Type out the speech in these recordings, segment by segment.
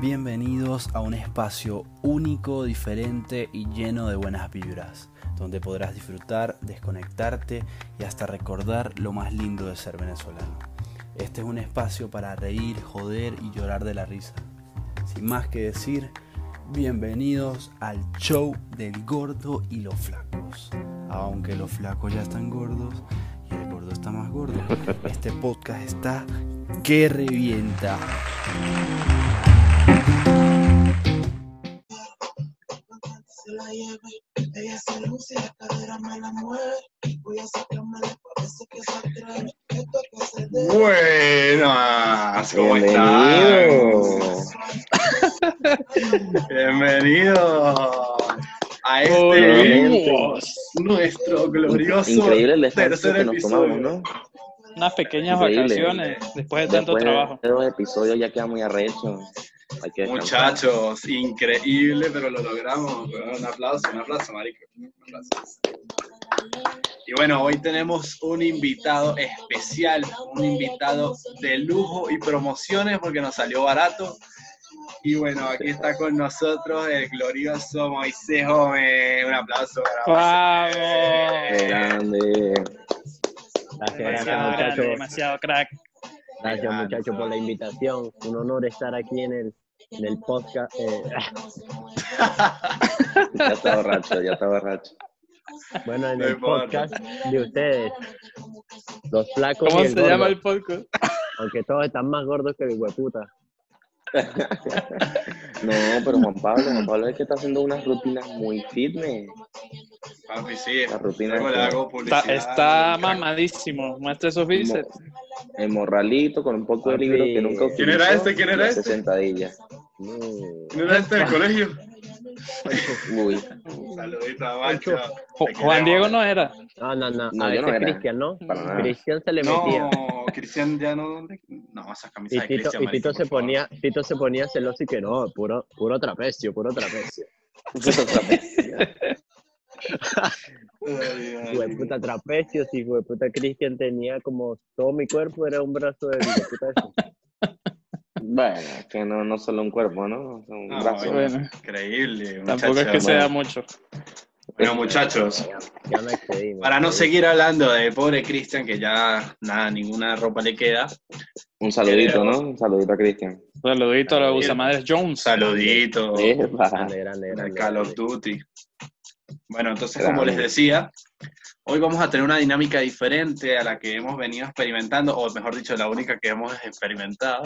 Bienvenidos a un espacio único, diferente y lleno de buenas vibras, donde podrás disfrutar, desconectarte y hasta recordar lo más lindo de ser venezolano. Este es un espacio para reír, joder y llorar de la risa. Sin más que decir, bienvenidos al show del gordo y los flacos. Aunque los flacos ya están gordos y el gordo está más gordo, este podcast está que revienta. se la lleve. Ella se luce, la cadera me la mueve. Voy a sacarme la cabeza que se atreve. Esto que se debe. Buenas, ¿cómo Bienvenido. están? Bienvenidos a este Hola. vivo, nuestro glorioso Increíble el descanso tercer que nos tomamos, episodio. ¿no? Unas pequeñas Increíble. vacaciones después de tanto Después trabajo. de dos episodios ya queda muy arrecho. Hay que descansar. Muchachos, increíble, pero lo logramos. weón. Un aplauso, un aplauso, marico. Un aplauso. Y bueno, hoy tenemos un invitado especial, un invitado de lujo y promociones porque nos salió barato. Y bueno, aquí está con nosotros el glorioso Moisés Gómez. Un aplauso Ah. para ¡Vamos! Qué grande. Demasiado Gracias, Gracias, gracias grande, muchachos. demasiado crack. Gracias muchachos por la invitación. Un honor estar aquí en el, en el podcast. Eh, Ya está borracho, ya está borracho. bueno, en No el importa. podcast de ustedes. Los flacos ¿Cómo y el se gordo, llama el podcast? Aunque todos están más gordos que el hueputa. No, pero Juan Pablo, Juan Pablo es que está haciendo unas rutinas muy fitness. Papi, sí, La rutina luego de- le hago Está, publicidad. está Crack. mamadísimo. Muestra esos bíceps. El morralito con un poco de libro que nunca utilizó. ¿Quién era este? ¿Quién era y hace este? sentadillas. No. ¿No era este del colegio? Uy, Saludito a Macho. Ju- Juan Diego no era. No, no, no. No, A yo no veces era. Ah. Cristian, ¿no? para nada. Cristian se le metía. No, Cristian ya no. No, esas Y camisas de Tito, Cristian. y Tito marico, se por favor. ponía, Tito se ponía celoso y que no, puro, puro trapecio, puro trapecio. Ay, ay. Hueputa trapecio, sí, hueputa Cristian tenía como todo mi cuerpo era un brazo de hueputa ese. bueno, es que no, no solo un cuerpo, ¿no? Un No, brazo. Bueno, Increíble. tampoco es que muchachos. sea mucho. Bueno, muchachos, Ya me excedí, me para no excedí. seguir hablando de pobre Cristian, que ya nada, ninguna ropa le queda, Un saludito, ¿no? Un saludito a Cristian. Saludito a la Busamadres un Jones. saludito Epa. Grande, grande, del grande, Call of grande. Duty. Bueno, entonces, Grande. como les decía, hoy vamos a tener una dinámica diferente a la que hemos venido experimentando, o mejor dicho, la única que hemos experimentado.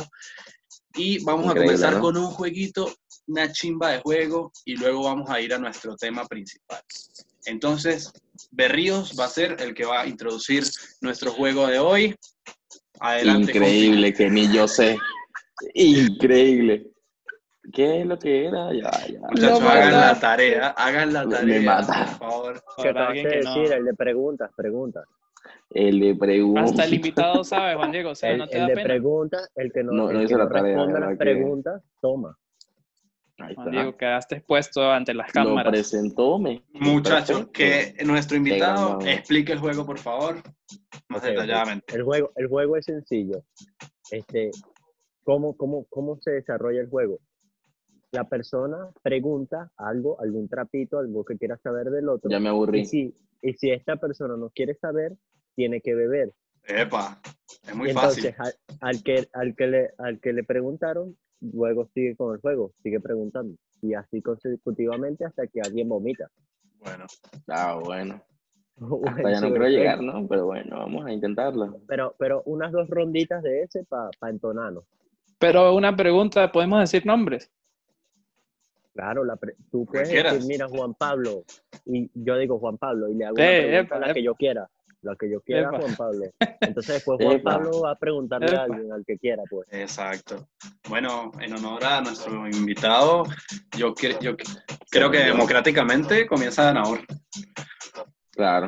Y vamos Increíble, a comenzar ¿no? con un jueguito, una chimba de juego, y luego vamos a ir a nuestro tema principal. Entonces, Berríos va a ser el que va a introducir nuestro juego de hoy. Adelante. Increíble, que ni yo sé. Increíble. ¿Qué es lo que era? Ya, ya. Muchachos, Lo hagan la mataste. tarea, hagan la Me tarea. mataste. Por favor. ¿Qué Para alguien que acabaste de no. decir? El de preguntas, preguntas. El de preguntas. Hasta el invitado sabe, Juan Diego. O sea, el no te el da de pena. preguntas, el que no, No, no el que hice la no tarea, responde ¿verdad las que? preguntas, toma. Ahí está. Juan Diego, quedaste expuesto ante las Lo cámaras. presentó me. Muchachos, que nuestro invitado ganamos. explique el juego, por favor, más Ok, detalladamente. El juego, el juego es sencillo. Este, ¿cómo, cómo, ¿Cómo se desarrolla el juego? La persona pregunta algo, algún trapito, algo que quiera saber del otro. Ya me y, aburrí. si, y si esta persona no quiere saber, tiene que beber. Epa, es muy Entonces, fácil. Al, al que, al, que le, al que le preguntaron, luego sigue con el juego, sigue preguntando. Y así consecutivamente hasta que alguien vomita. Bueno, Ah, bueno. Hasta ya Bueno, Ah, no quiero llegar, ¿no? Pero bueno, vamos a intentarlo. Pero, pero unas dos ronditas de ese para entonarnos. Pero una pregunta, ¿podemos decir nombres? Claro, la pre- tú puedes quieras. decir, mira, Juan Pablo. Y yo digo Juan Pablo y le hago una Eh, pregunta epa, la que yo quiera. La que yo quiera, Epa. Juan Pablo. Entonces después Juan Epa. Pablo va a preguntarle Epa. a alguien, al que quiera, pues. exacto. Bueno, en honor a nuestro invitado, yo, cre- yo cre- creo que democráticamente comienza Danaor. Claro,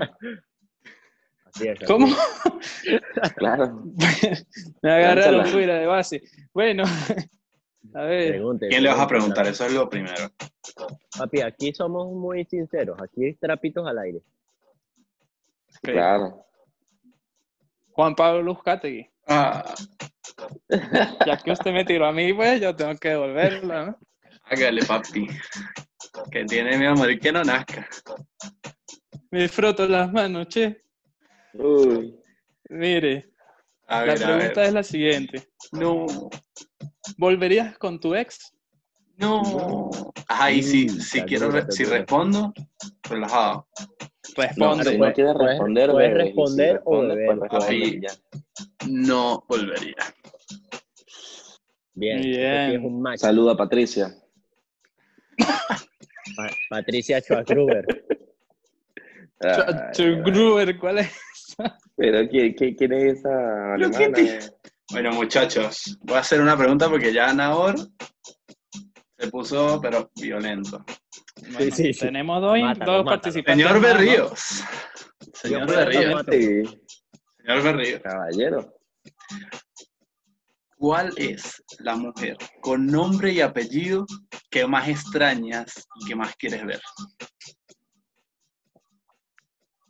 Así es, así ¿Cómo? es. claro. Me agarraron Lánzala. fuera de base. Bueno, a ver. Pregunte, ¿Quién le vas a pregunte, preguntar? Eso es lo primero. Papi, aquí somos muy sinceros, aquí hay trapitos al aire. ok. Claro. eh, Juan Pablo Uzcategui. Ah, Ya que usted me tiró a mí, pues yo tengo que devolverla, ¿no? Hágale, papi. Que tiene mi amor y que no nazca. Me froto las manos, che. Uy, Mire, A la ver, a pregunta ver. es la siguiente. No, ¿Volverías con tu ex? no. Ajá, y si, Mm, si está quiero, dura, re- está si dura. respondo, relajado. no, Responde. pues. si no quieres puedes- responder, puedes bebes, y si responder o respondes, beber. pues responde Papi. y ya. No volvería. Bien, eso sí Bien. es un match. Saluda, Patricia. Pa- Patricia Schwarzgruber. Ay, Chacho Gruber, ¿cuál es? Pero, ¿quién, quién, quién es esa Lo que alemana? te- Bueno, muchachos, voy a hacer una pregunta porque ya Nahor se puso, pero violento. Bueno, sí, sí. Tenemos dos, Mátalo, dos mátalo. participantes. Señor más, ¿no? Berríos. Señor Yo creo que Berríos. no. Sí, Señor Berríos. caballero. ¿Cuál es la mujer con nombre y apellido que más extrañas y que más quieres ver?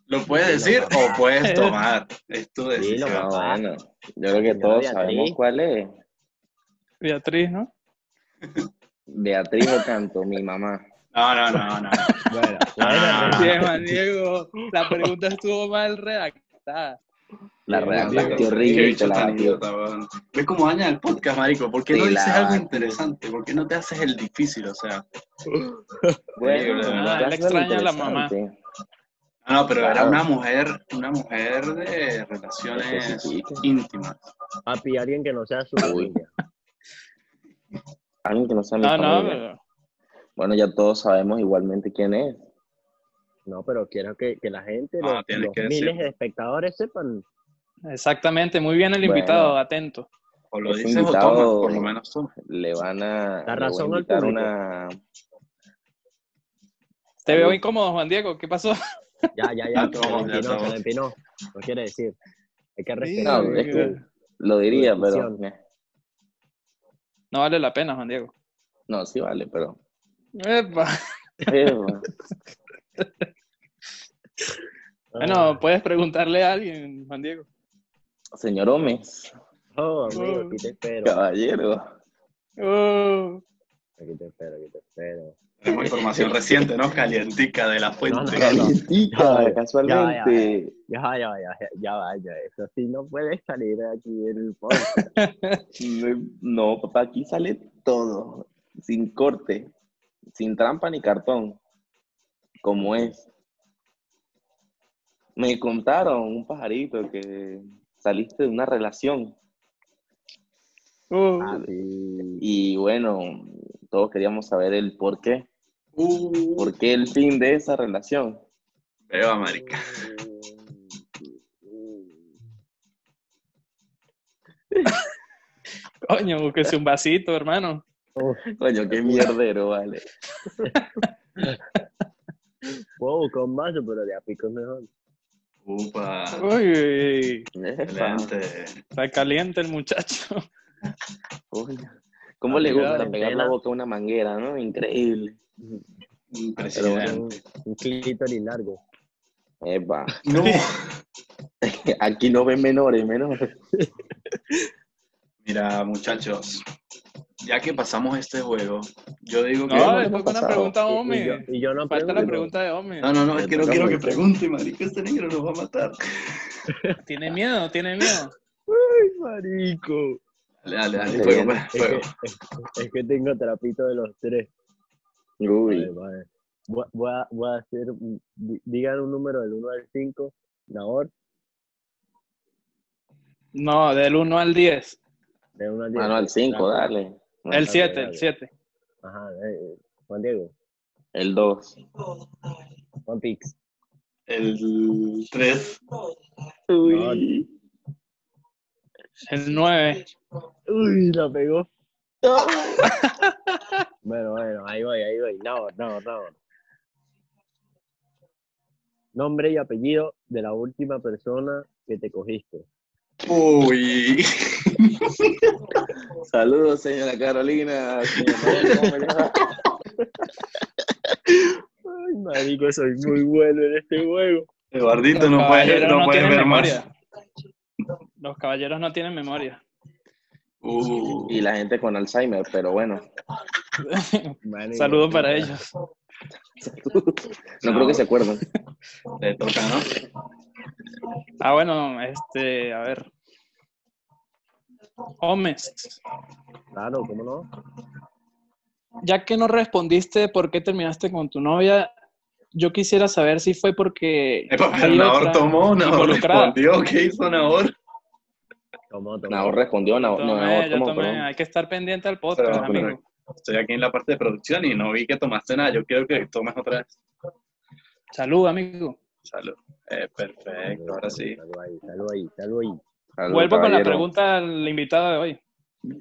Lo puedes decir o puedes tomar. Es tu decisión. Dilo, Ah, papá. bueno. Yo creo que Señora todos Beatriz. sabemos cuál es. Beatriz, ¿no? Beatriz Ocanto, mi mamá. No, no, no, no. Bueno, Ah. Sí, man, Diego. La pregunta estuvo mal redactada. La redactaste Qué horrible y bicho te la tan batió. idiota, weón. Ve cómo daña el podcast, marico. ¿Por qué no Te la dices algo batió. interesante? ¿Por qué no te haces el difícil? O sea, Bueno, Ah, ya él es lo extraña a la mamá. interesante. no, no, pero era Claro. una mujer, una mujer de relaciones Especifica. íntimas. papi, alguien que no sea su Uy. familia. Alguien que no sea mi No, no, familia. pero Bueno, ya todos sabemos igualmente quién es. No, pero quiero que, que la gente, Ah, los, tienes los que miles decirlo. de espectadores sepan. Exactamente, muy bien el invitado, atento. O lo Ese dices o invitado- tomas, por lo menos tú. Le van a. Da le voy a razón al invitar público. una. Te Salud. veo incómodo, Juan Diego, ¿qué pasó? Ya, ya, ya. Ya Se lo estamos, ya empinó, se estamos. lo empinó. No quiere decir. Hay que No, respetar. Ah, es que lo diría, Tu pero. decisión. eh, No vale la pena, Juan Diego. No, sí vale, pero. Epa. eh, bueno. Bueno, Ah, puedes preguntarle a alguien, Juan Diego. Señor Gómez, Oh, amigo, aquí te espero. caballero. Oh, Aquí te espero, aquí te espero. Tenemos información reciente, ¿no? Calientica de la fuente. No, no. Calientita, Ya, ya, casualmente. Ya, ya, ya, ya, ya vaya. Eso sí no puede salir de aquí del podcast. No, papá, aquí sale todo, sin corte, sin trampa ni cartón, como es. Me contaron un pajarito que saliste de una relación oh. Papi. y bueno, todos queríamos saber el por qué, Uh, por qué el fin de esa relación. Eva, marica. Coño, búsquese un vasito, hermano. Coño, qué mierdero, vale. Wow, con vaso, pero de a pico es mejor. Upa. Uy, uy, uy. Excelente. Ah, está caliente el muchacho. Coño. ¿Cómo le Amigo, gusta cuarentena. pegar la boca a una manguera, no? Increíble. Impresionante. Un, un clítoris largo. Epa. No. Aquí no ven menores, menores. Mira, muchachos, ya que pasamos este juego, yo digo que. No, hemos después con una pasado? pregunta, Y- y, yo, hombre. y yo no Falta la pregunto. Ah, pregunta de hombre. No, no, no, es que no Pero quiero muy que bien. pregunte, marica, este negro nos va a matar. Tiene miedo, tiene miedo. Ay, marico. Dale, dale, dale, Muy fuego, bien. pues, Es que, fuego. es- es que tengo trapito de los tres. Vale, Uy, vale. Voy, voy a, voy a hacer, un- di- digan un número del 1 al 5. Nahor, No, del 1 al 10. de 1 al 10. mano al 5, dale. El dale, 7, el dale. 7. Ajá, eh, eh, Juan Diego, El 2. Juan Pix. este El 3. Uy. El 9. Uy, la pegó. bueno, bueno, ahí voy, ahí voy. Nahor, Nahor, Nahor. Nombre y apellido de la última persona que te cogiste. Uy. Saludos, señora Carolina. señor Raúl, ¿cómo le va? Ay, marico, soy muy bueno en este juego. Eduardito, no puedes, no puedes ver más. Los caballeros no tienen memoria. Uh, Y la gente con Alzheimer, pero bueno. Marico, Saludos para ellos. No creo que se acuerden. le toca, ¿no? Ah, bueno, este, a ver. Homes, Claro, ¿cómo no? ya que no respondiste por qué terminaste con tu novia, yo quisiera saber si fue porque. Epa, pero hay Nahor otra tomó, Nahor involucrada. respondió. ¿Qué hizo Nahor? Tomó, tomó. Nahor respondió, Nahor, Tomé, no, Nahor, yo ¿cómo, tomé. perdón? Hay que estar pendiente al podcast, Pero, amigo. pero- Estoy aquí en la parte de producción y no vi que tomaste nada. Yo quiero que tomes otra vez. Salud, amigo. Salud. Eh, perfecto, ahora sí. Salud ahí, salud ahí, salud ahí. Salud, Vuelvo con la caballero. pregunta al invitado de hoy.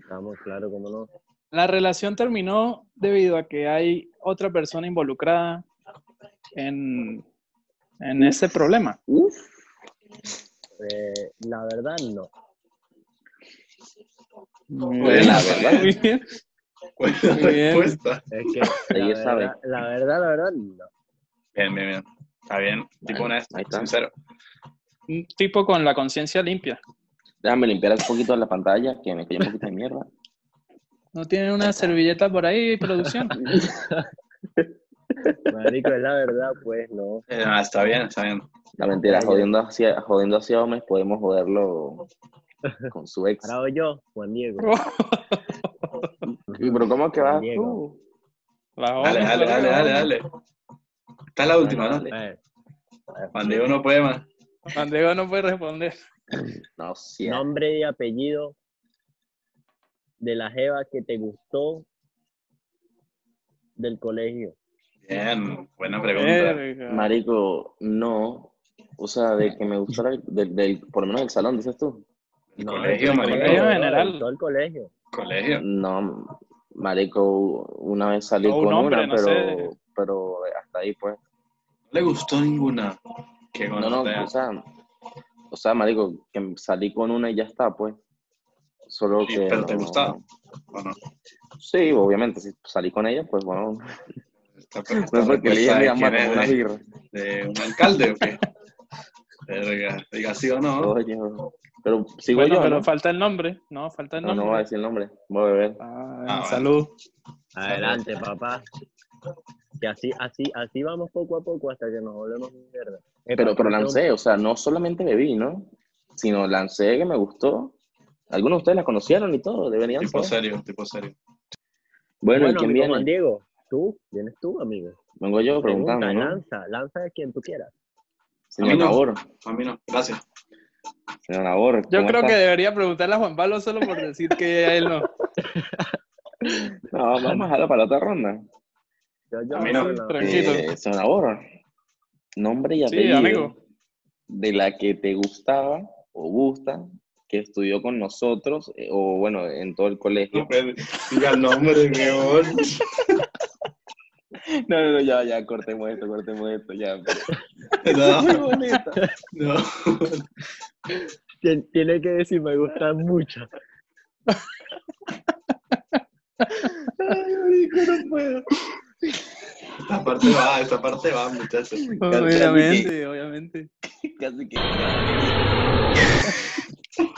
Vamos, claro, ¿cómo no? La relación terminó debido a que hay otra persona involucrada en, en ese problema. Uf, Eh, la verdad, no. Pues, la verdad. Muy bien. ¿Cuál es la Muy bien. Pues, respuesta? Es que la Ellos saben. verdad, la verdad, la verdad, no. Bien, bien, bien. Está bien, tipo honesto, ahí está. sincero. Un tipo con la conciencia limpia. déjame limpiar un poquito la pantalla, que me cayó un poquito de mierda. ¿No tienen una servilleta por ahí, producción? Marico, es la verdad, pues no. Eh, ah, está bien, está bien. La mentira, jodiendo hacia, jodiendo hacia hombres, podemos joderlo con su ex. Ahora voy yo, Juan Diego. Y, Pero ¿cómo que vas tú? Diego. La Dale, otra. dale, dale, dale, dale. Esta es la última, ¿no? Dale. A ver, Juan Diego no puede más. Juan Diego no puede responder. No, sí. nombre y apellido de la jeva que te gustó del colegio. Bien, buena pregunta. Verga. Marico, no. O sea, de que me gustara, el- del, del, por lo menos del salón, dices tú. El No, colegio, del marico. colegio. bro, general. de Todo el colegio. Colegio. No, Marico, una vez salí O un con hombre, una, no pero, sé. pero hasta ahí, pues. No le gustó ninguna. Que No, no, o sea, o sea, Marico, que salí con una y ya está, pues. Solo Sí, que. pero no, te no, gustaba. no. ¿O no? Sí, obviamente, si salí con ella, pues bueno. Esta pregunta No es porque le dije, pues, ¿sabe quién mira, mano, es, eh? una de, birra. de un alcalde o qué? Verga, diga sí o no. Coño. Pero sigo Bueno, yo, pero ¿no? falta el nombre. No, falta el No, no nombre. voy a decir el nombre. Voy a beber. Ah, Ah, bueno. salud. Adelante, papá. Que así, así, así vamos poco a poco hasta que nos volvemos mierda. Epa, Pero, pero yo- lancé, o sea, no solamente bebí, ¿no? Sino lancé que me gustó. Algunos de ustedes la conocieron y todo, deberían Tipo saber. serio, tipo serio. pues, eh, Bueno, pues, ¿y Bueno, quién amigo Juan viene? Diego, tú, vienes tú, amigo. Vengo yo Pregunta, preguntando, ¿no? lanza, lanza de quien tú quieras. Señor no. Nabor, A mí no, gracias. señor Nabor. Yo ¿cómo creo que estás? debería preguntarle a Juan Pablo solo por decir que a él no. No, vamos a dejarlo para la otra ronda. Yo, yo A mí no. yo no. Tranquilo. Eh, señor Nabor, nombre y Sí, apellido amigo. de la que te gustaba o gusta, que estudió con nosotros, eh, o bueno, en todo el colegio. Diga el nombre, weón. No, no, no, ya, ya, cortemos esto, cortemos esto, ya. No, bonita. no. Tien- Tiene que decir, me gusta mucho. Esta parte va, esta parte va, muchachos. Obviamente, obviamente. Casi que.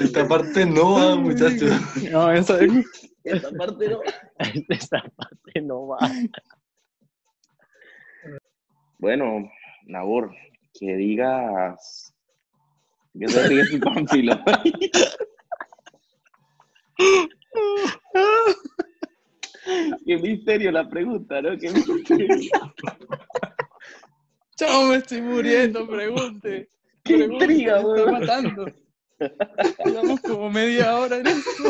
Esta parte no va, muchachos. No, eso Esta parte no. Esa parte no va. Bueno, Nabor, que digas. Que se ríe el Pánfilo. Qué misterio la pregunta, ¿no? Qué misterio. Chao, me estoy muriendo, pregunte. Qué Pregunte, intriga, me está weón. matando. Llevamos como media hora en esto.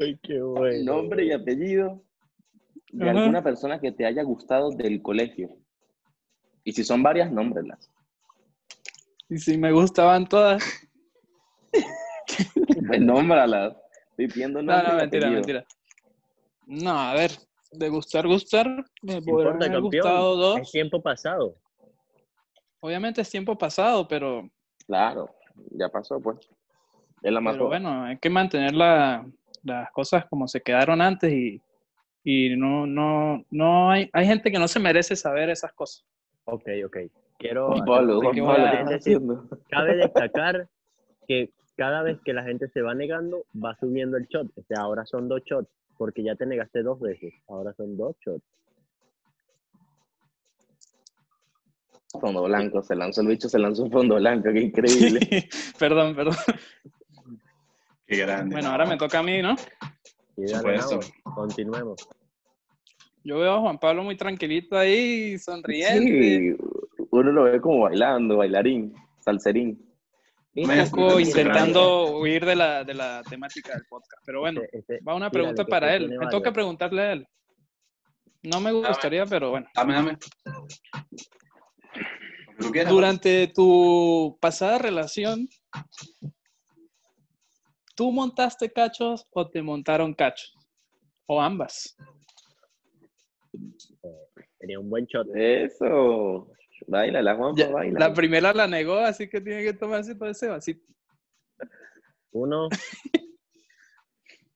Ay, qué bueno. Nombre y apellido de Ajá. alguna persona que te haya gustado del colegio. Y si son varias, nómbrelas. Y si me gustaban todas. Pues nómbralas. Estoy pidiendo No, nombre no, y mentira, apellido. mentira. No, a ver, de gustar, gustar, me podrán No importa, haber campeón. gustado Es dos. tiempo pasado. Obviamente es tiempo pasado, pero, Claro, ya pasó, pues. Es la pero mató. bueno, hay que mantener la- las cosas como se quedaron antes y, y no, no, no hay, hay gente que no se merece saber esas cosas. Ok, ok. Quiero. Juan Pablo, Así Juan que Pablo, voy a- ¿qué estás haciendo? Cabe destacar que cada vez que la gente se va negando, va subiendo el shot. O sea, ahora son dos shots, porque ya te negaste dos veces. Ahora son dos shots. Fondo blanco, se lanzó el bicho, se lanzó un fondo blanco, qué increíble. perdón, perdón. Qué grande. Bueno, ahora me toca a mí, ¿no? Y Por dale, supuesto. Nao, continuemos. Yo veo a Juan Pablo muy tranquilito ahí, sonriente. Sí, uno lo ve como bailando, bailarín, salserín. Un Me- poco me- intentando huir de la, de la temática del podcast. Pero bueno, Este- este- va una tírale, pregunta que para este él. tiene Me toca varias. preguntarle a él. No me gustaría, pero bueno. Dame, dame. Lo que tú quieras. Durante tu pasada relación, ¿tú montaste cachos o te montaron cachos? O ambas. Tenía un buen shot. Eso. Baila, la Juanpa, Ya, baila. La primera la negó, así que tiene que tomarse todo ese vasito. Uno.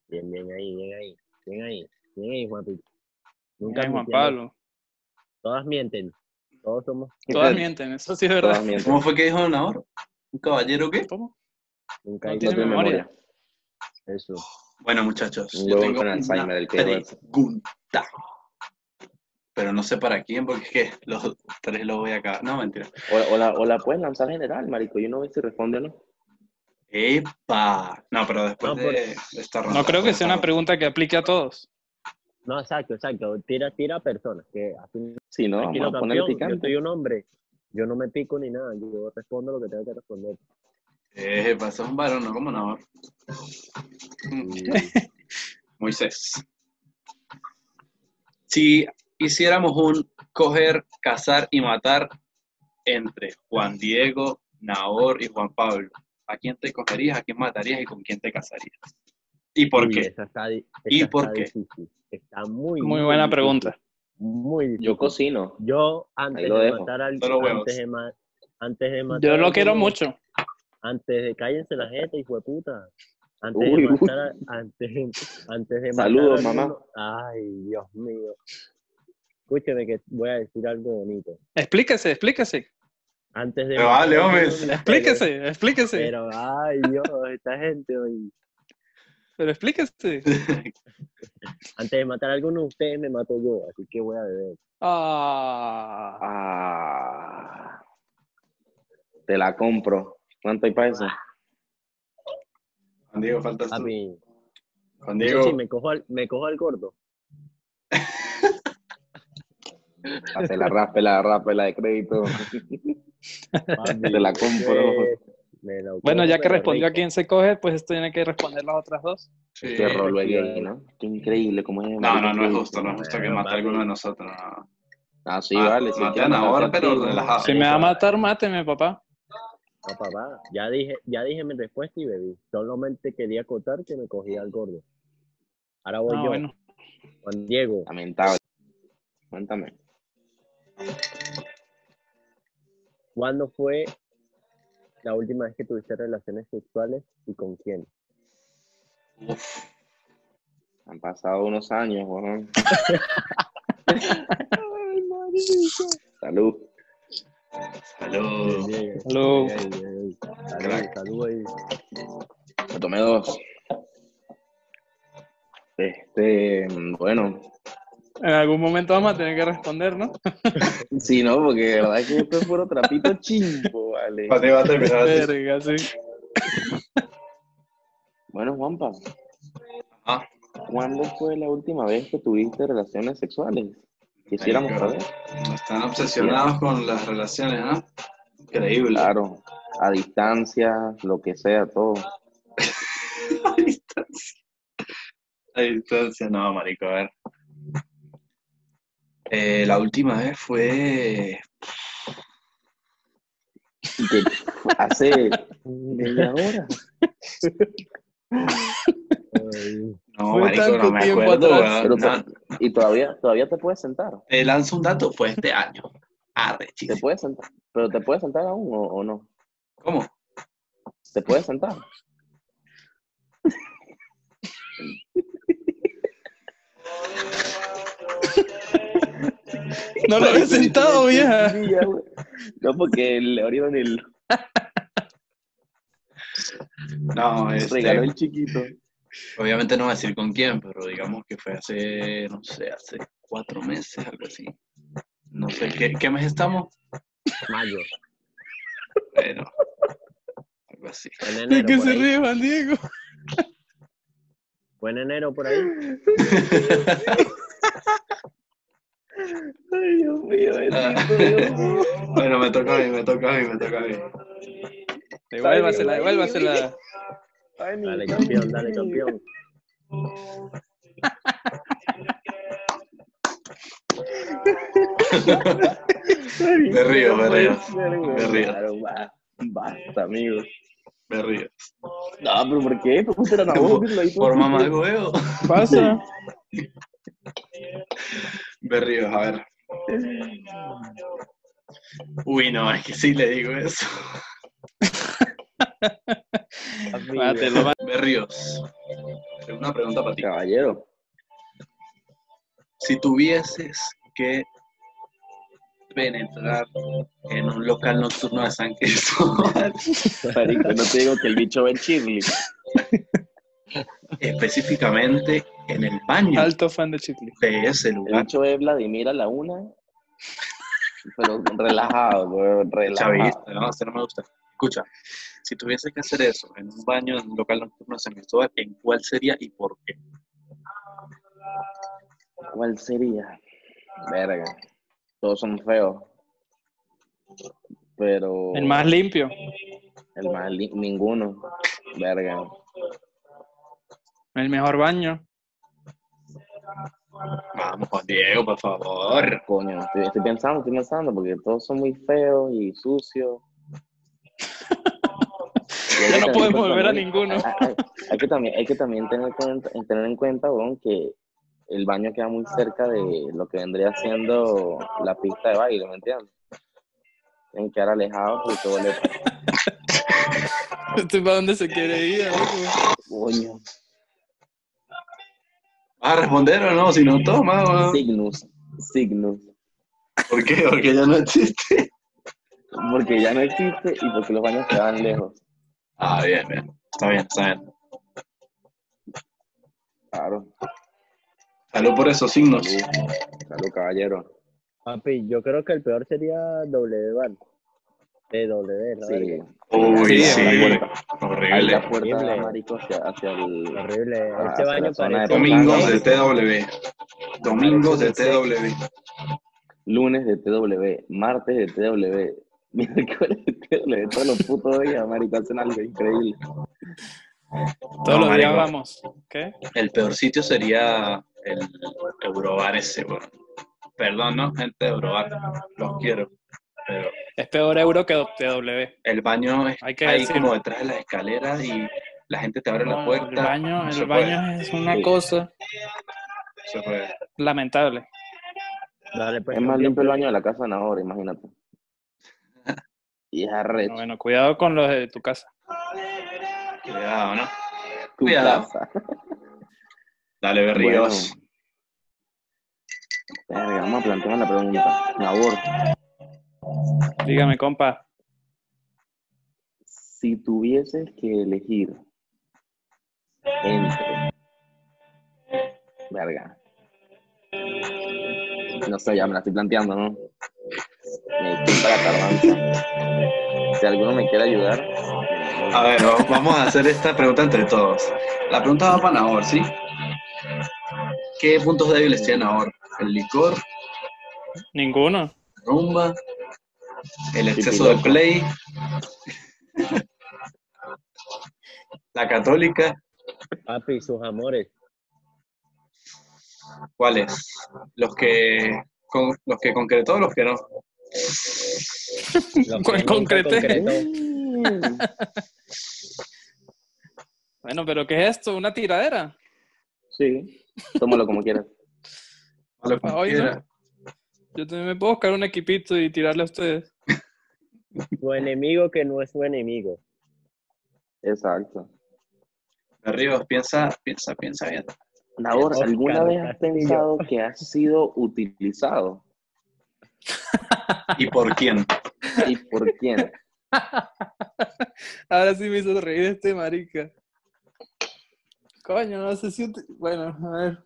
Bien, bien ahí, bien ahí. Bien ahí. Bien ahí, Juanpi. Nunca Ay, Juan mintiendo. Pablo. Todas mienten. Todos somos. Todas mienten, eso sí es Todas verdad. mienten, ¿Cómo fue que dijo Don Nahor? ¿Un caballero qué? ¿Cómo? Nunca No hay tiene no tiene memoria. memoria. Eso. Bueno, muchachos, Un yo huevo tengo con una Alzheimer, el que dijo eso. pregunta. Pero no sé para quién, porque es que los tres lo voy a acabar. No, mentira. O, o la, o la pueden lanzar general, marico, y uno ve si responde o no. ¡Epa! No, pero después No, por- de, de esta ronda. pues, pues, No creo que sea esta una ronda. pregunta que aplique a todos. No, exacto, exacto. Tira, tira a personas. Que así Si no, Tranquilo, vamos a ponerle campeón, yo soy picante. un hombre. Yo no me pico ni nada. Yo respondo lo que tengo que responder. ¡Epa! Sos eh, un varón, no como Nahor. Moisés. Si hiciéramos un coger, cazar y matar entre Juan Diego, Nahor y Juan Pablo, ¿a quién te cogerías, a quién matarías y con quién te casarías? ¿Y por Uy, qué? esa está di- ¿Y esa por está qué? difícil. Está muy. Muy buena difícil, pregunta. Muy difícil. Yo cocino. Yo, antes Ahí lo de dejo. matar al. Solo huevos. Antes de, ma- antes de matar Yo a lo alguien, quiero mucho. Antes de cállense la gente, hijo de puta. Antes Uy, de uy. matar. a- Antes, de- antes de matar Saludos, a mamá. alguno- Ay, Dios mío. Escúcheme que voy a decir algo bonito. Explíquese, explíquese. Antes de. Pero matar vale, a hombre, alguno, Explíquese, explíquese. Pero, ay, Dios, esta gente hoy. Pero explíquese. Antes de matar a alguno de ustedes me mato yo, así que voy a beber. Ah, Ah, te la compro. ¿Cuánto hay para eso? Ah. Juan Diego, faltas A tú. mí. Juan Eso Diego, sí, me cojo al, me cojo al gordo. Te Ah, la rápela, rápela de crédito. Papi, Te la compro. eh, me lo bueno, como, ya que pero respondió a rico. quién se coge, pues tiene que responder las otras dos. sí. Qué rolo es gay, ¿no? Qué increíble cómo es. No, marico. no, no es justo, no es justo que Bueno, mate a vale. alguno de nosotros. no. Ah, sí, Ah, vale. Si matan quieres, ahora, matan pero a ti, ¿no? relajado. Si me va a matar, máteme, papá. No, Ah, papá, ya dije, ya dije mi respuesta y bebí. Solamente quería acotar que me cogía al gordo. Ahora voy Ah, yo, bueno. Juan Diego. Lamentable. Cuéntame. ¿Cuándo fue la última vez que tuviste relaciones sexuales y con quién? Uf, Han pasado unos años, weón. Salud. salud. Salud. Ay, ay, ay. Salud, Crack. salud, ay. Me tomé dos. Este, bueno, En algún momento vamos a tener que responder, ¿no? sí, no, porque de verdad es que esto es puro trapito chimbo, vale. Juan Diego va a terminar así. Verga, sí. Bueno, Juanpa, Ah, ¿cuándo fue la última vez que tuviste relaciones sexuales? Quisiéramos Marico. saber. están obsesionados con las relaciones, ¿ah? Increíble. Claro, a distancia, lo que sea, todo. A distancia. A distancia, no, marico, a ver. Eh, la última vez fue. Y que hace media hora. Ay. No, Fue marico, tanto no me tiempo acuerdo. atrás. Pero weón. No, Y todavía, todavía te puedes sentar. te lanzo un dato, fue este año. Te Arrechísimo. puedes sentar, pero te puedes sentar aún o, o no. ¿Cómo? Te puedes sentar. No lo había sentado, vieja. Ya, güey. No, porque le abrieron el No, este, regalo el chiquito. obviamente no voy a decir con quién, pero digamos que fue hace, no sé, hace cuatro meses, algo así. No sé, ¿qué, qué mes estamos? Mayo, Bueno, algo así. fue en ¿De enero. qué por se ahí. ríe, Juan Diego? Fue en enero por ahí. Ay, Dios mío, bendito Dios. Ah. Bueno, me toca a mí, me toca a mí, me toca a mí. Devuélvasela, devuélvasela. Ay, mi Dale, Dios. campeón, dale, campeón. Me río, me río. Me Me río. Claro, va. Basta, amigo. Me río. No, pero ¿por qué? ¿Por qué te la Por- nabó? Ahí tú- Por mamá de huevo. Pasa. Me río, a ver. Uy, no, es que sí le digo eso. Amigo. Mátelo, mátelo. Berríos, una pregunta para ti. Caballero. Si tuvieses que penetrar en un local nocturno de San Cristóbal, Marico, no te digo que el bicho ve Shirley. específicamente en el baño Alto fan de Chitli. de ese El lugar, bicho ve Vladimir a la una. Pero relajado, weón, relajado. chavista, no, ese no me gusta. Escucha, si tuvieses que hacer eso en un baño en un local nocturno de San Cristóbal, ¿en cuál sería y por qué? ¿Cuál sería? Verga. Todos son feos. Pero. El más limpio. El más li- ninguno. Verga. El mejor baño. Vamos, Juan Diego, por favor. Coño, estoy, estoy pensando, estoy pensando, porque todos son muy feos y sucios. Ya no podemos volver a También- ninguno. Ah, ah, Hay que también, hay que también tener, cuenta- tener en cuenta, weón, que el baño queda muy cerca de lo que vendría siendo la pista de baile, ¿me entiendes? Tienen que quedar alejados porque huele ¿Este para dónde se quiere ir? amigo? coño. ¿Vas a Ah, responder o no? Si no, toma. weón. Signus, Signus. ¿Por qué? Porque ya no existe. Porque ya no existe y porque los baños quedan lejos. Ah, bien, bien. Está bien, está bien. Claro. Salud por esos signos. Salud, salud caballero. Papi, yo creo que el peor sería W Bar. De W, ¿no? Sí. Uy, Sí, sí. abra la puerta. Ahí Horrible. la puerta horrible. marico hacia, hacia el Horrible. Ah, este baño la zona de parece. Domingos de TW. Domingos de TW. lunes de TW, martes de TW, miércoles de TW, todos los putos días, marico, hacen algo increíble. Todos No, los marico. días vamos. ¿Qué? El peor sitio sería el Eurobar ese, weón. Perdón, ¿no? Gente de Eurobar. Los quiero. Pero Es peor euro que TW. el baño es Hay que ahí decirlo. como detrás de las escaleras y la gente te abre la No, el puerta. baño, No el se baño es una Sí. cosa Se puede. lamentable. Dale, pues, Es más campeón. limpio el baño de la casa de Nahor, imagínate. Y es arrecho. Bueno, bueno, cuidado con los de tu casa. Cuidado, ¿no? tu cuidado. casa. Dale, Berríos. Verga, vamos a plantear la pregunta. Nahor, Dígame, compa. si tuvieses que elegir entre... Verga. No sé, ya me la estoy planteando, ¿no? Me disculpa la tardanza. Si alguno me quiere ayudar... A ver, va- vamos a hacer esta pregunta entre todos. La pregunta va para Nahor, ¿sí? ¿Qué puntos débiles tiene Nahor? ¿El licor? Ninguno. ¿La rumba? ¿El exceso de play? ¿La católica? Papi, sus amores. ¿Cuáles? ¿Los que, con- los que concretó o los que no? Los que Con- nunca concreté. concretó. Bueno, pero ¿qué es esto? ¿Una tiradera? Sí, tómalo como quieras. A lo que Ah, hoy no. quiera. Yo también me puedo buscar un equipito y tirarle a ustedes. Su enemigo que no es su enemigo. Exacto. Berríos, piensa, piensa, piensa bien. Nahor, Oscar ¿alguna vez has Castillo. pensado que has sido utilizado? ¿Y por quién? ¿Y por quién? Ahora sí me hizo reír este marica. Coño, no sé si... ut- Bueno, a ver.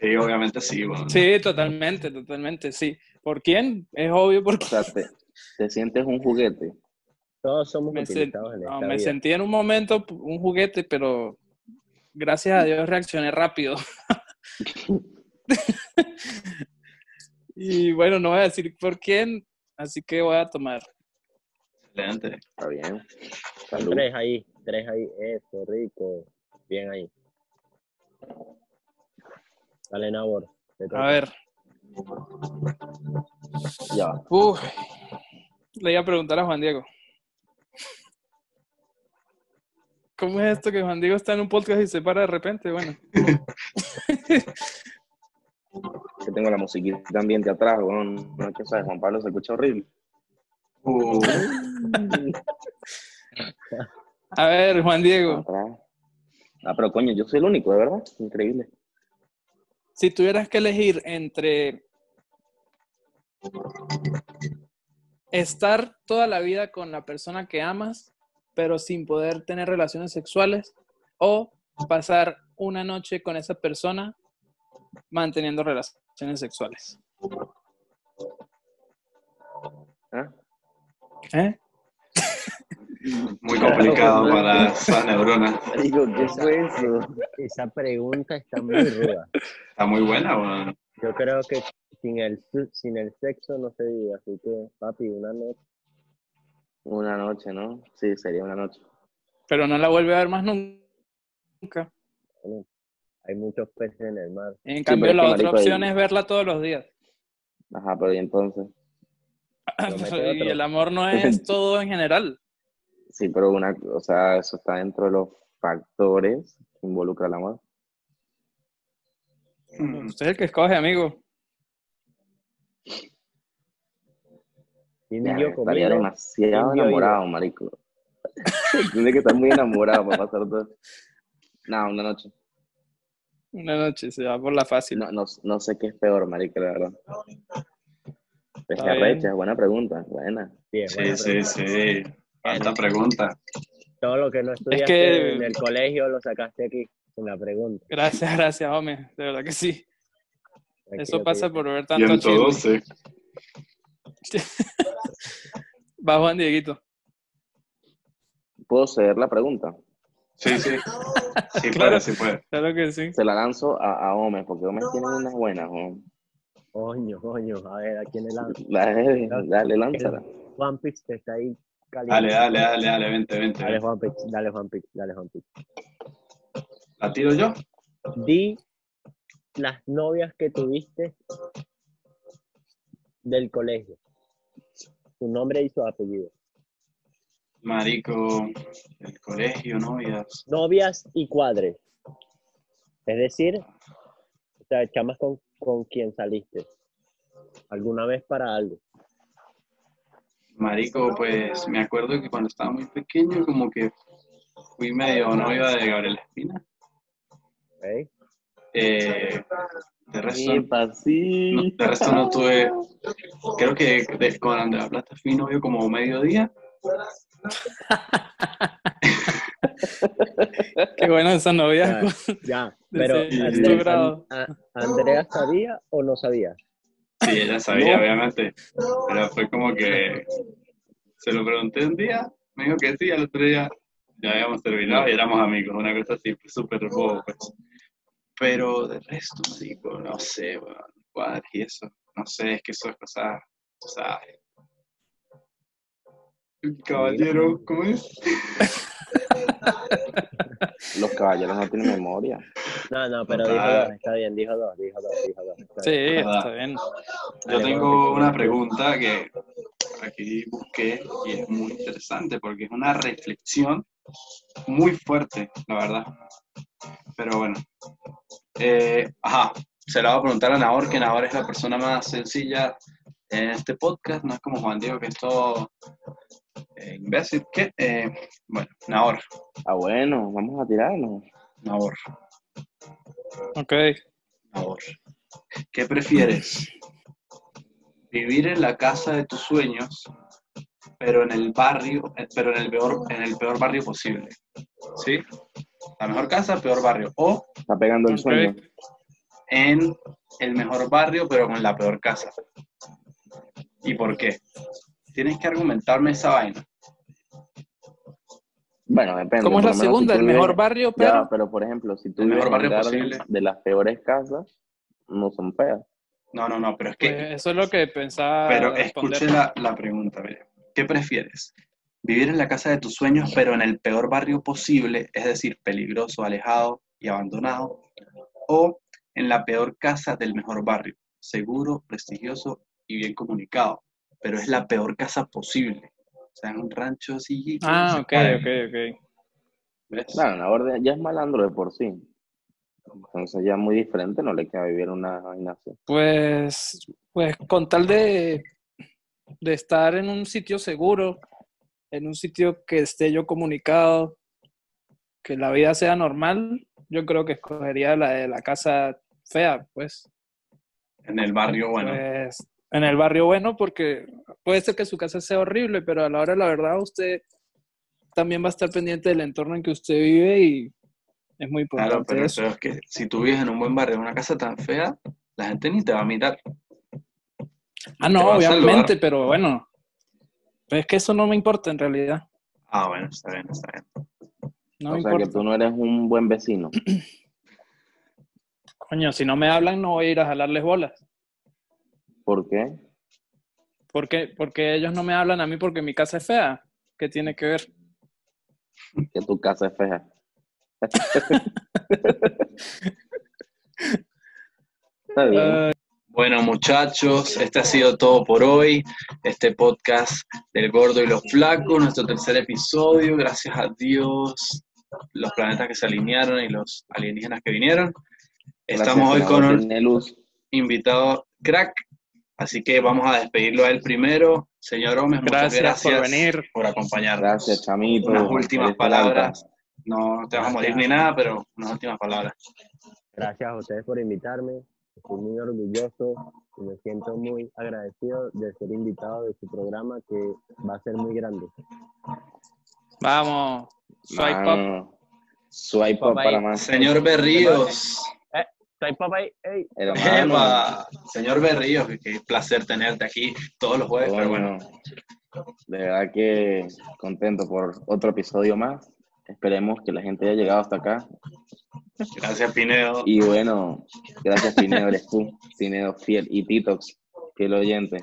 Sí, obviamente sí, bueno. Sí, totalmente, totalmente, sí. ¿Por quién? Es obvio porque O sea, te, te sientes un juguete. Todos somos me, sen- utilizados en no, esta me vida. sentí en un momento pu- un juguete, pero gracias a Dios reaccioné rápido. y bueno, no voy a decir por quién, así que voy a tomar. Excelente. Está bien. Son Salud. tres ahí, tres ahí. Eso, rico. Bien ahí. Dale, Nabor. te toca. A ver. Ya va. Uf. Le iba a preguntar a Juan Diego. ¿Cómo es esto que Juan Diego está en un podcast y se para de repente? Bueno. Que tengo la musiquita ambiente atrás, weón. No es que sabes, Juan Pablo se escucha horrible. Uh, A ver, Juan Diego, Atrás. Ah, pero coño, yo soy el único, de verdad. Increíble. si tuvieras que elegir entre estar toda la vida con la persona que amas, pero sin poder tener relaciones sexuales, o pasar una noche con esa persona manteniendo relaciones sexuales. ¿Ah? ¿Eh? muy complicado para esas neuronas. Digo, ¿qué fue eso? Esa pregunta está muy ruda. Está muy buena, bueno. Yo creo que sin el, sin el sexo no se vive, así que, papi, una noche. Una noche, ¿no? Sí, sería una noche. Pero no la vuelve a ver más nunca. Hay muchos peces en el mar. En pero cambio, es que, la otra marico, opción ahí- es verla todos los días. Ajá, pero y entonces. Promete y otro. el amor no es todo en general. Sí, pero una, o sea, eso está dentro de los factores que involucra el amor. Mm, Usted es el que escoge, amigo. Indio Ya, estaría comiendo, demasiado indio enamorado, marico. Tiene que estar muy enamorado para pasar todo. No, una noche. Una noche se va por la fácil. No, no, no sé qué es peor, marico, la verdad. Está Pesca bien. recha, buena pregunta, buena. Bien, Sí, buena sí, pregunta. sí. Alta pregunta. Todo lo que no estudiaste que- en el colegio lo sacaste aquí, en la pregunta. Gracias, gracias, hombre. De verdad que sí. Eso Tranquilo, pasa que- por ver Y tanto chisme. entonces, Va Juan Dieguito. ¿Puedo ceder la pregunta? sí, sí. Sí Claro. puede, sí puede. Claro que sí. Se la lanzo a, a Gómez, porque Gómez tiene unas buenas, Gómez. Coño, coño, a ver, ¿a quién le lanzo? Dale, dale, lánzala. Juan Pix que está ahí caliente. Dale, dale, dale, dale, vente, vente. Dale, vente. Juan Pix, dale, Juan Pix, dale, Juan Pix. ¿La tiro yo? Di las novias que tuviste del colegio. Su nombre y su apellido. Marico, el colegio, novias. Novias y cuadres. Es decir, o sea, chamas con, con quien saliste. Alguna vez para algo. Marico, pues me acuerdo que cuando estaba muy pequeño, como que fui medio novia de Gabriel Espina. ¿ok? Eh, de resto, Epa, sí. no- de resto no tuve. Creo que de- con Andrea Plata fui novio como mediodía. Qué bueno esa novia. Ya, ya, pero Sí, sí, Andrés, bravo. An- a- ¿Andrea sabía o no sabía? Sí, ella sabía, No. obviamente. Pero fue como que se lo pregunté un día, me dijo que sí, al otro día ya habíamos terminado y éramos amigos, una cosa así, fue súper bobo, pues. Pero de resto, marico, no sé, weón, cuadros y eso, no sé, es que eso es cosa, o sea... Caballero, ¿cómo es? Los caballeros no tienen memoria. No, no, pero dijo Ah. dos, está bien, dijo dos, dijo dos, dijo dos. está Sí, bien. está bien. Yo tengo una pregunta que aquí busqué y es muy interesante porque es una reflexión muy fuerte, la verdad. Pero bueno. Eh, ajá, se la voy a preguntar a Nahor, que Nahor es la persona más sencilla en este podcast, no es como Juan Diego que es todo eh, imbécil. ¿Qué? Eh, bueno, Nahor, Ah, bueno, vamos a tirarnos. Nahor, Ok. Nahor. ¿Qué prefieres? Vivir en la casa de tus sueños, pero en el barrio, eh, pero en el peor, en el peor barrio posible. ¿Sí? La mejor casa, peor barrio. O Está pegando el Ok. sueño. en el mejor barrio, pero con la peor casa. ¿Y por qué? Tienes que argumentarme esa vaina. Bueno, depende. ¿Cómo es por la lo menos si segunda? tú El vives- mejor barrio, Ya, pero. pero por ejemplo, si tú El vives mejor en barrio una posible. de las peores casas, no son feas. No, no, no, pero es que Pues, eso es lo que pensaba. Pero responder. escuche la, la pregunta, mira. ¿Qué prefieres? ¿Vivir en la casa de tus sueños, pero en el peor barrio posible, es decir, peligroso, alejado y abandonado? ¿O en la peor casa del mejor barrio, seguro, prestigioso y bien comunicado? Pero es la peor casa posible. O sea, en un rancho así. que no Ah, se ok, puede, ok, ok. ¿ves? Claro, una orden ya es malandro de por sí. Entonces ya muy diferente, no le queda vivir en una vaina así. Pues, pues con tal de, de estar en un sitio seguro, en un sitio que esté yo comunicado, que la vida sea normal, yo creo que escogería la de la casa fea, pues. En el barrio, bueno. Pues, en el barrio bueno, porque puede ser que su casa sea horrible, pero a la hora de la verdad usted también va a estar pendiente del entorno en que usted vive y es muy importante Claro, pero eso. eso es que si tú vives en un buen barrio, en una casa tan fea, la gente ni te va a mirar. Ah, te no, va a saludar. obviamente, pero bueno. Pero es que eso no me importa en realidad. Ah, bueno, está bien, está bien. No o me sea importa. que tú no eres un buen vecino. Coño, si no me hablan, no voy a ir a jalarles bolas. ¿Por qué? ¿Por qué? Porque ellos no me hablan a mí porque mi casa es fea. ¿Qué tiene que ver? Que tu casa es fea. Está bien. Eh, Bueno, muchachos, este ha sido todo por hoy. Este podcast del Gordo y los Flacos, nuestro tercer episodio. Gracias a Dios, los planetas que se alinearon y los alienígenas que vinieron. Estamos hoy Gracias, con Senador un Nelus. invitado crack, así que vamos a despedirlo a él primero. Señor Gómez, muchas Gracias, gracias por venir. por acompañarnos. Gracias, Chamito. Unas últimas palabras. Esperanza. No te vas a morir ni nada, pero unas últimas palabras. Gracias a ustedes por invitarme. Estoy muy orgulloso y me siento muy agradecido de ser invitado de su programa que va a ser muy grande. Vamos. Swipe up. Mano, Swipe Swipe up ahí. para más. Señor Berríos. Soy papá y ey, Hermano. Eva, señor Berríos, qué- qué placer tenerte aquí todos los jueves, pero bueno, Bueno, de verdad que contento por otro episodio más. Esperemos que la gente haya llegado hasta acá. gracias Pinedo. Y bueno, gracias Tineo, eres tú, Tineo fiel y Titox, fiel oyente.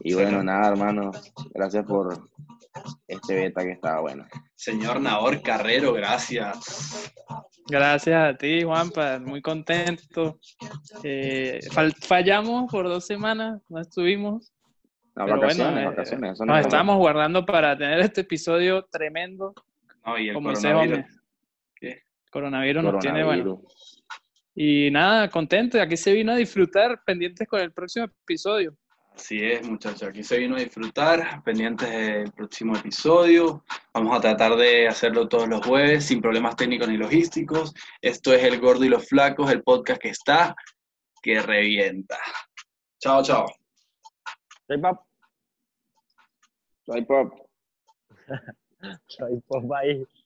Y bueno, nada, hermano, gracias por este beta que estaba bueno. Señor Nahor Carrero, gracias. Gracias a ti, Juanpa. Muy contento. Eh, fal- fallamos por dos semanas. No estuvimos. No, Pero vacaciones, bueno, eh, vacaciones, eso no Nos es estamos guardando para tener este episodio tremendo. No, y el Como dice coronavirus. Gómez. ¿Qué? Coronavirus nos coronavirus. tiene, bueno. Y nada, contento. Aquí se vino a disfrutar. Pendientes con el próximo episodio. Así es, muchachos, aquí se vino a disfrutar, pendientes del próximo episodio. Vamos a tratar de hacerlo todos los jueves, sin problemas técnicos ni logísticos. Esto es El Gordo y los Flacos, el podcast que está, que revienta. Chao, chao. soy papá, Swipe up. soy papá y